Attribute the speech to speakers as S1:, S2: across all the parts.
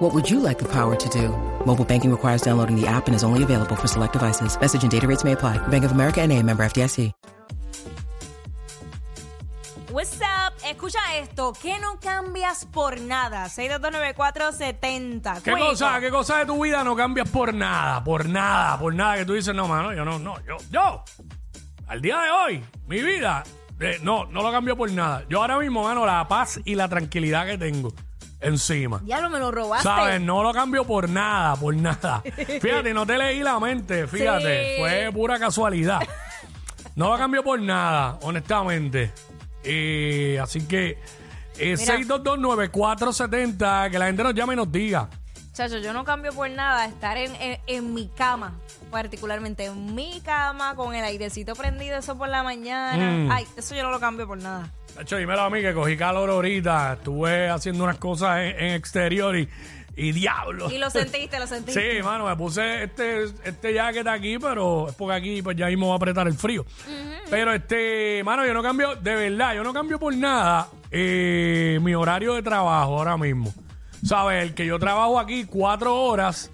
S1: What would you like the power to do? Mobile banking requires downloading the app and is only available for select devices. Message and data rates may apply. Bank of America and a member FDIC.
S2: What's up? Escucha esto, que no cambias por nada. 6229470.
S3: ¿Qué
S2: Cuenta.
S3: cosa, qué cosa de tu vida no cambias por nada, por nada, por nada que tú dices, no, mano, yo no, no, yo, yo, al día de hoy, mi vida, eh, no, no lo cambio por nada. Yo ahora mismo, mano, la paz y la tranquilidad que tengo encima.
S2: Ya no me lo robaste.
S3: ¿Sabes? No lo cambio por nada, por nada. Fíjate, no te leí la mente, fíjate,
S2: Sí.
S3: fue pura casualidad. No lo cambio por nada, honestamente. Eh, así que eh, 6229470, que la gente nos llame y nos diga.
S2: Chacho, yo no cambio por nada estar en, en- en mi cama, particularmente en mi cama, con el airecito prendido, eso por la mañana.
S3: Mm.
S2: Ay, eso yo no lo cambio por nada.
S3: De hecho, dímelo a mí que cogí calor ahorita. Estuve haciendo unas cosas en, en exterior y, y diablo.
S2: Y lo sentiste, lo
S3: Sí,
S2: sentiste.
S3: mano, me puse este, este jacket aquí, pero es porque aquí pues ya mismo va a apretar el frío. Pero este, mano, yo no cambio, de verdad, yo no cambio por nada eh, mi horario de trabajo ahora mismo. ¿Sabes? El que yo trabajo aquí cuatro horas,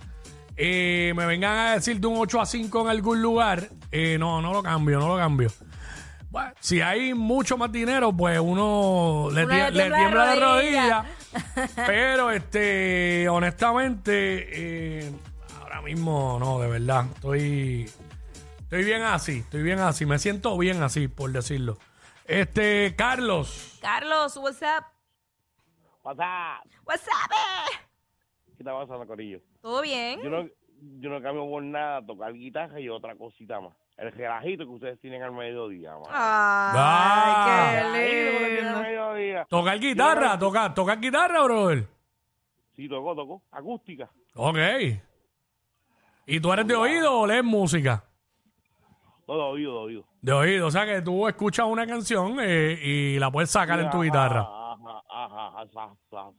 S3: eh, me vengan a decir de un 8 a 5 en algún lugar, eh, no, no lo cambio, no lo cambio. Bueno, si hay mucho más dinero, pues uno le,
S2: Uno
S3: tie-
S2: le tiembla
S3: le
S2: la
S3: tiembla la
S2: rodilla.
S3: rodilla. Pero, este, honestamente, eh, ahora mismo no, de verdad. Estoy, estoy bien así, estoy bien así. Me siento bien así, por decirlo. Este, Carlos,
S2: Carlos, what's up?
S4: Pasa,
S2: What's up, eh?
S4: ¿qué está pasando, Corillo?
S2: ¿Todo bien?
S4: Yo no, yo no cambio por nada, tocar guitarra y otra cosita más. El relajito que ustedes tienen al mediodía, mano.
S2: Ah, Ay,
S3: Ah.
S4: Relajito que ustedes
S2: qué
S4: tienen al
S2: lindo.
S4: mediodía.
S3: tocar guitarra, tocar, tocar guitarra, brother.
S4: Sí, tocó, tocó. Acústica.
S3: Ok. ¿Y tú eres de oído o lees música?
S4: No, de oído, de oído.
S3: De oído, o sea que tú escuchas una canción eh, y la puedes sacar en tu
S4: Ajá,
S3: guitarra.
S4: Ajá, ajá, ajá, ajá, ajá.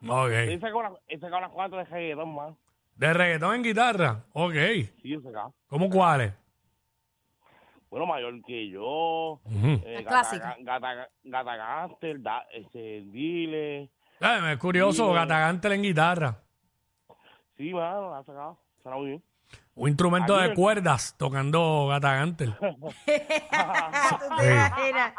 S4: He
S3: Ok.
S4: sacado una- he sacado unas cuatro de reggaetón, mano.
S3: De reggaetón en guitarra. Ok.
S4: Sí, he sacado.
S3: ¿Cómo cuáles?
S4: Bueno, mayor que yo.
S3: Ujú.
S4: eh,
S2: La
S4: Gata-
S2: clásica.
S4: Gata, Gata Gangster, Da- este, Dile.
S3: Eh, es curioso,
S4: Sí.
S3: Gatagántela en guitarra.
S4: Sí, mano, la ha sacado. Suena muy bien.
S3: Un instrumento
S4: Ahí
S3: de
S4: el-
S3: cuerdas tocando Gatagantel.
S2: Tú te imaginas.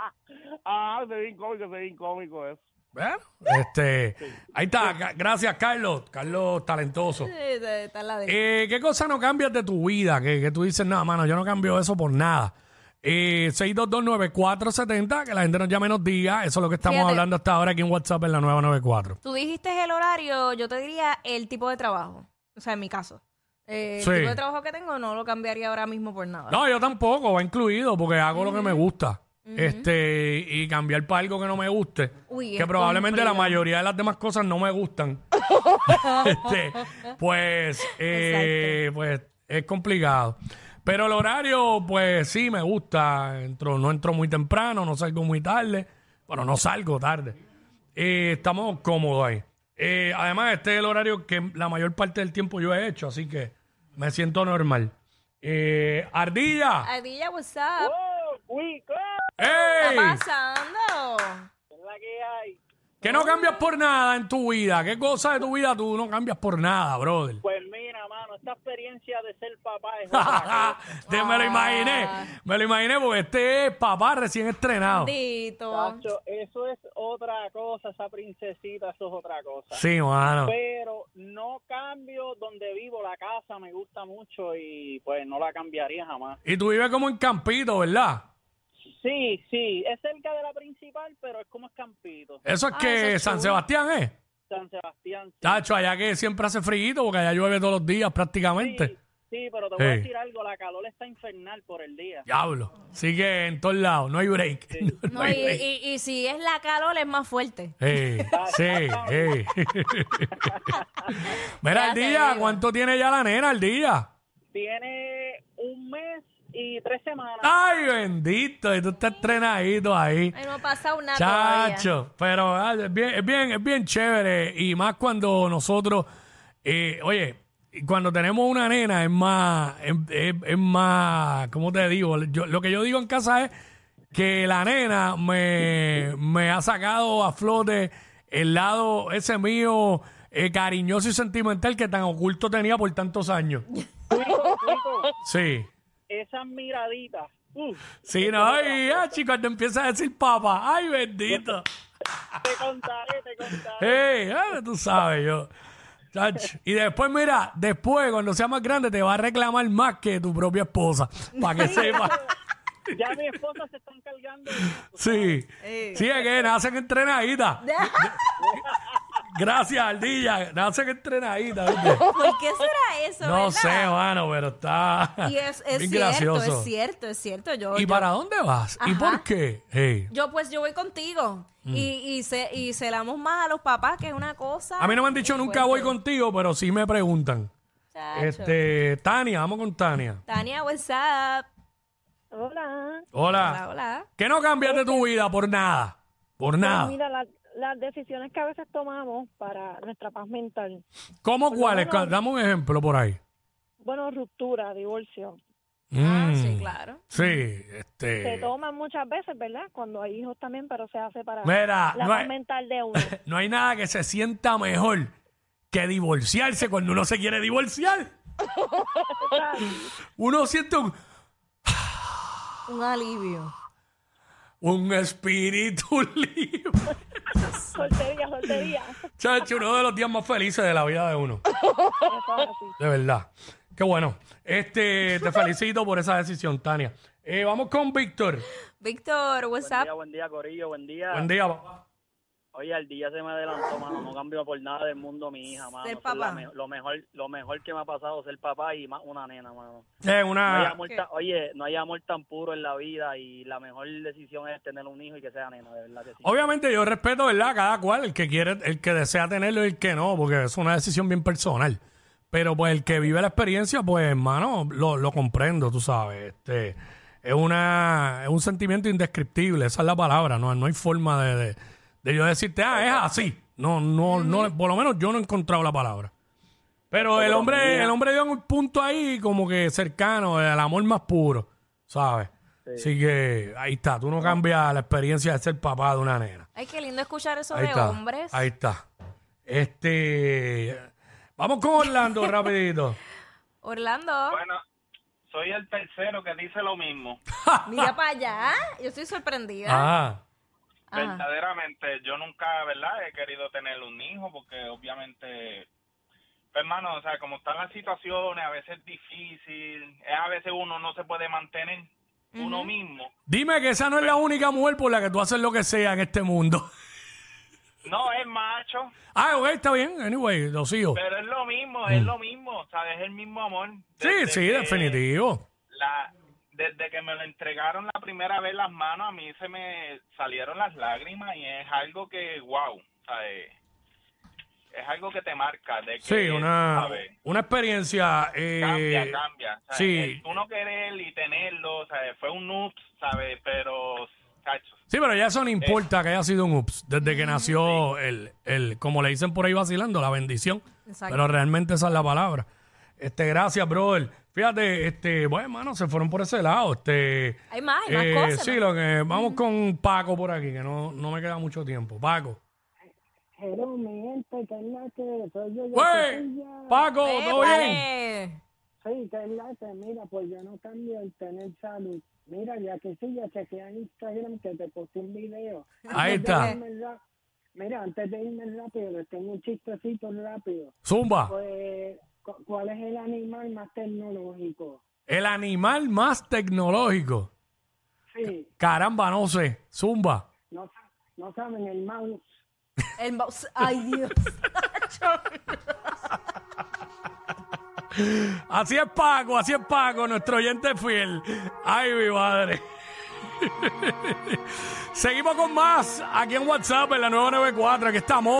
S4: Ah, se ve bien cómico, se ve bien cómico eso.
S3: Bueno, este, ahí está. Ga- Gracias, Carlos. Carlos, talentoso.
S2: Sí, Está la de...
S3: Eh, ¿Qué cosa no cambias de tu vida? Que, que tú dices, no, mano, yo no cambio eso por nada. Eh, 6229470, que la gente nos llame y nos diga. Eso es lo que estamos
S2: Fíjate.
S3: hablando hasta ahora aquí en WhatsApp en la 994.
S2: Tú dijiste el horario, yo te diría el tipo de trabajo. O sea, en mi caso. Eh,
S3: Sí.
S2: El tipo de trabajo que tengo no lo cambiaría ahora mismo por nada.
S3: No, yo tampoco, va incluido, porque hago lo que me gusta. Este, y cambiar para algo que no me guste.
S2: Uy,
S3: que
S2: es
S3: probablemente la
S2: complicado.
S3: mayoría de las demás cosas no me gustan. Este, pues, eh, pues es complicado. Pero el horario, pues sí, me gusta. Entro, no entro muy temprano, no salgo muy tarde. Bueno, no salgo tarde. Eh, estamos cómodos ahí. Eh, además, este es el horario que la mayor parte del tiempo yo he hecho, así que me siento normal. Eh, Ardilla,
S2: Adilla, what's up?
S4: ¡Uy,
S2: ¿Qué
S3: ¡ey!
S2: está pasando?
S3: Que no cambias por nada en tu vida. ¿Qué cosa de tu vida tú no cambias por nada, brother?
S5: Pues mira, mano, esta experiencia de ser papá es otra cosa.
S3: Te- me lo imaginé.
S2: Ah.
S3: Me lo imaginé porque este es papá recién estrenado.
S2: Dito.
S5: Tacho, eso es otra cosa, esa princesita, eso es otra cosa.
S3: Sí, mano.
S5: Pero no cambio donde vivo, la casa me gusta mucho y pues no la cambiaría jamás.
S3: Y tú vives como en campito, ¿verdad?
S5: Sí, sí, es cerca de la principal, pero es como escampito.
S3: Eso es
S2: Ah,
S3: que
S2: eso es
S3: San
S2: chulo.
S3: Sebastián es.
S5: San Sebastián. sí.
S3: Tacho, allá que siempre hace frío porque allá llueve todos los días prácticamente.
S5: Sí, sí, pero te voy a
S3: Sí.
S5: decir algo, la calor está infernal por el día.
S3: Diablo. Así que en todos lados, no hay break. No,
S2: No, y, y- y si es la calor, es más fuerte.
S3: Ey, sí, ey. Mira,
S2: Ya
S3: el
S2: te
S3: día,
S2: digo.
S3: ¿cuánto tiene ya la nena al día?
S5: Tiene un mes y tres semanas.
S3: Ay, bendito. Y tú estás estrenadito ahí.
S2: Ay, no ha pasado nada todavía.
S3: Chacho, pero ah, es bien, es bien, es bien chévere y más cuando nosotros, eh, oye, cuando tenemos una nena es más, es, es- es más, ¿cómo te digo? Yo- lo que yo digo en casa es que la nena me, me ha sacado a flote el lado ese mío eh, cariñoso y sentimental que tan oculto tenía por tantos años.
S5: Cuico, cuico,
S3: Sí.
S5: esas miraditas. uf,
S3: Sí, no, ay, ah, chico, cuando empieza a decir papá, ay, bendito.
S5: te contaré, te contaré.
S3: Hey, ah, tú sabes, yo. Chach. Y después, mira, después, cuando sea más grande, te va a reclamar más que tu propia esposa. Para que sepas.
S5: Ya mi esposa se están cargando.
S3: Sí. Sí, es que nacen entrenaditas. Gracias, Ardilla. Nacen entrenaditas, ¿viste?
S2: ¿Por qué será eso?
S3: No
S2: verdad?
S3: sé, mano, pero está.
S2: Y es, es
S3: bien
S2: cierto,
S3: gracioso.
S2: es cierto, es cierto. Yo,
S3: ¿Y
S2: yo-
S3: para dónde vas? ¿Y
S2: Ajá.
S3: por qué? Hey.
S2: yo, pues yo voy contigo.
S3: Mm.
S2: Y, y, ce- y celamos más a los papás, que es una cosa.
S3: A mí no me han dicho nunca voy contigo, pero sí me preguntan.
S2: pues Chacho.
S3: Este, Tania, vamos con Tania.
S2: Tania, what's up?
S6: Hola.
S3: Hola.
S2: Hola, hola.
S3: Que no cambiaste tu vida por nada. Por
S6: Pues
S3: nada.
S6: mira, las, las decisiones que a veces tomamos para nuestra paz mental.
S3: ¿Cómo cuáles? Ca- Dame un ejemplo por ahí.
S6: Bueno, ruptura, divorcio.
S2: Ah, sí,
S3: Mm,
S2: claro.
S3: Sí,
S6: Se
S3: este.
S6: toman muchas veces, ¿verdad? Cuando hay hijos también, pero se hace para
S3: Mira,
S6: la
S3: no
S6: paz
S3: es-
S6: mental de uno.
S3: No hay nada que se sienta mejor que divorciarse cuando uno se quiere divorciar. Uno siente un,
S2: Un alivio.
S3: un espíritu libre.
S6: soltería, soltería.
S3: Chacho, uno de los días más felices de la vida de uno.
S6: Eso es así.
S3: De verdad. Qué bueno. Este, te felicito por esa decisión, Tania. Eh, vamos con Víctor.
S2: Víctor, what's up?
S5: buen día, Corillo, buen día.
S3: Buen día, papá.
S5: Oye, al día se me adelantó, mano. No cambio por nada del mundo mi hija, mano.
S2: Ser
S5: Eso es la
S2: papá.
S5: me- lo, mejor, lo mejor que me ha pasado es ser papá y más una nena, mano.
S3: Eh,
S5: No hay
S3: una,
S5: amor tan- oye, no hay amor tan puro en la vida y la mejor decisión es tener un hijo y que sea nena, de verdad que sí.
S3: Obviamente yo respeto, ¿verdad? Cada cual, el que quiere, el que desea tenerlo y el que no, porque es una decisión bien personal. Pero pues el que vive la experiencia, pues hermano, lo, lo comprendo, tú sabes. Este, es una, es un sentimiento indescriptible, esa es la palabra, no, no hay forma de, de- de yo decirte, ah, es así. No, no, no, por lo menos yo no he encontrado la palabra. Pero el hombre, el hombre dio en un punto ahí como que cercano, al amor más puro, ¿sabes? Así que ahí está, tú no cambias la experiencia de ser papá de una nena.
S2: Ay, qué lindo escuchar eso
S3: Ahí
S2: de
S3: está.
S2: hombres.
S3: Ahí está. Este. Vamos con Orlando rapidito.
S2: Orlando,
S7: Bueno, soy el tercero que dice lo mismo.
S2: mira para allá. Yo estoy sorprendida.
S3: Ah,
S2: Ajá.
S7: Verdaderamente, yo nunca, ¿verdad? He querido tener un hijo porque obviamente, pues, hermano, o sea, como están las situaciones, a veces es difícil, es a veces uno no se puede mantener uno mismo.
S3: dime que esa no es la única mujer por la que tú haces lo que sea en este mundo.
S7: No, es macho,
S3: Ah, ok, está bien. Anyway, los hijos.
S7: pero es lo mismo, es lo mismo, ¿sabes? Es el mismo amor.
S3: Mm. Sí,
S7: Desde
S3: sí,
S7: que
S3: definitivo.
S7: La, desde que me lo entregaron la primera vez las manos, a mí se me salieron las lágrimas y es algo que, wow, ¿sabes? Es algo que te marca. De que,
S3: Sí, una,
S7: ¿sabes?
S3: una experiencia. eh,
S7: Cambia, cambia. ¿sabes?
S3: sí.
S7: El tú no querer y tenerlo, ¿sabes? Fue un noob, ¿sabes? Pero, cacho,
S3: Sí, pero ya eso no importa que haya sido un ups. Desde
S7: Mm,
S3: que nació el, el, como le dicen por ahí vacilando, la bendición.
S2: Exacto.
S3: Pero realmente esa es la palabra. Este, gracias, brother. Fíjate, este, bueno, hermano, se fueron por ese lado. Este,
S2: Hay más, hay más cosas,
S3: Sí,
S2: ¿no?
S3: lo que, vamos con Paco por aquí, que no, no me queda mucho tiempo. Paco.
S6: Pero mi gente, que es la que soy yo,
S3: ¡Wey! Pues, Paco, ¿todo bien?
S2: Épale.
S6: sí, que es la que, mira, pues yo no cambio el tener salud. Mira, ya que sí, ya chequea en Instagram que te posté un video.
S3: Ahí está.
S6: Irme ra- Mira, antes de irme rápido, les tengo un chistecito rápido.
S3: Zumba.
S6: Pues, cu- ¿cuál es el animal más tecnológico?
S3: El animal más tecnológico.
S6: Sí,
S3: Caramba, no sé. Zumba.
S6: no, sa- no saben, el mouse.
S2: El mouse- Ay, Dios.
S3: Así es Paco, así es Paco, nuestro oyente fiel. Ay, mi madre. Seguimos con más aquí en WhatsApp en la 994, que estamos.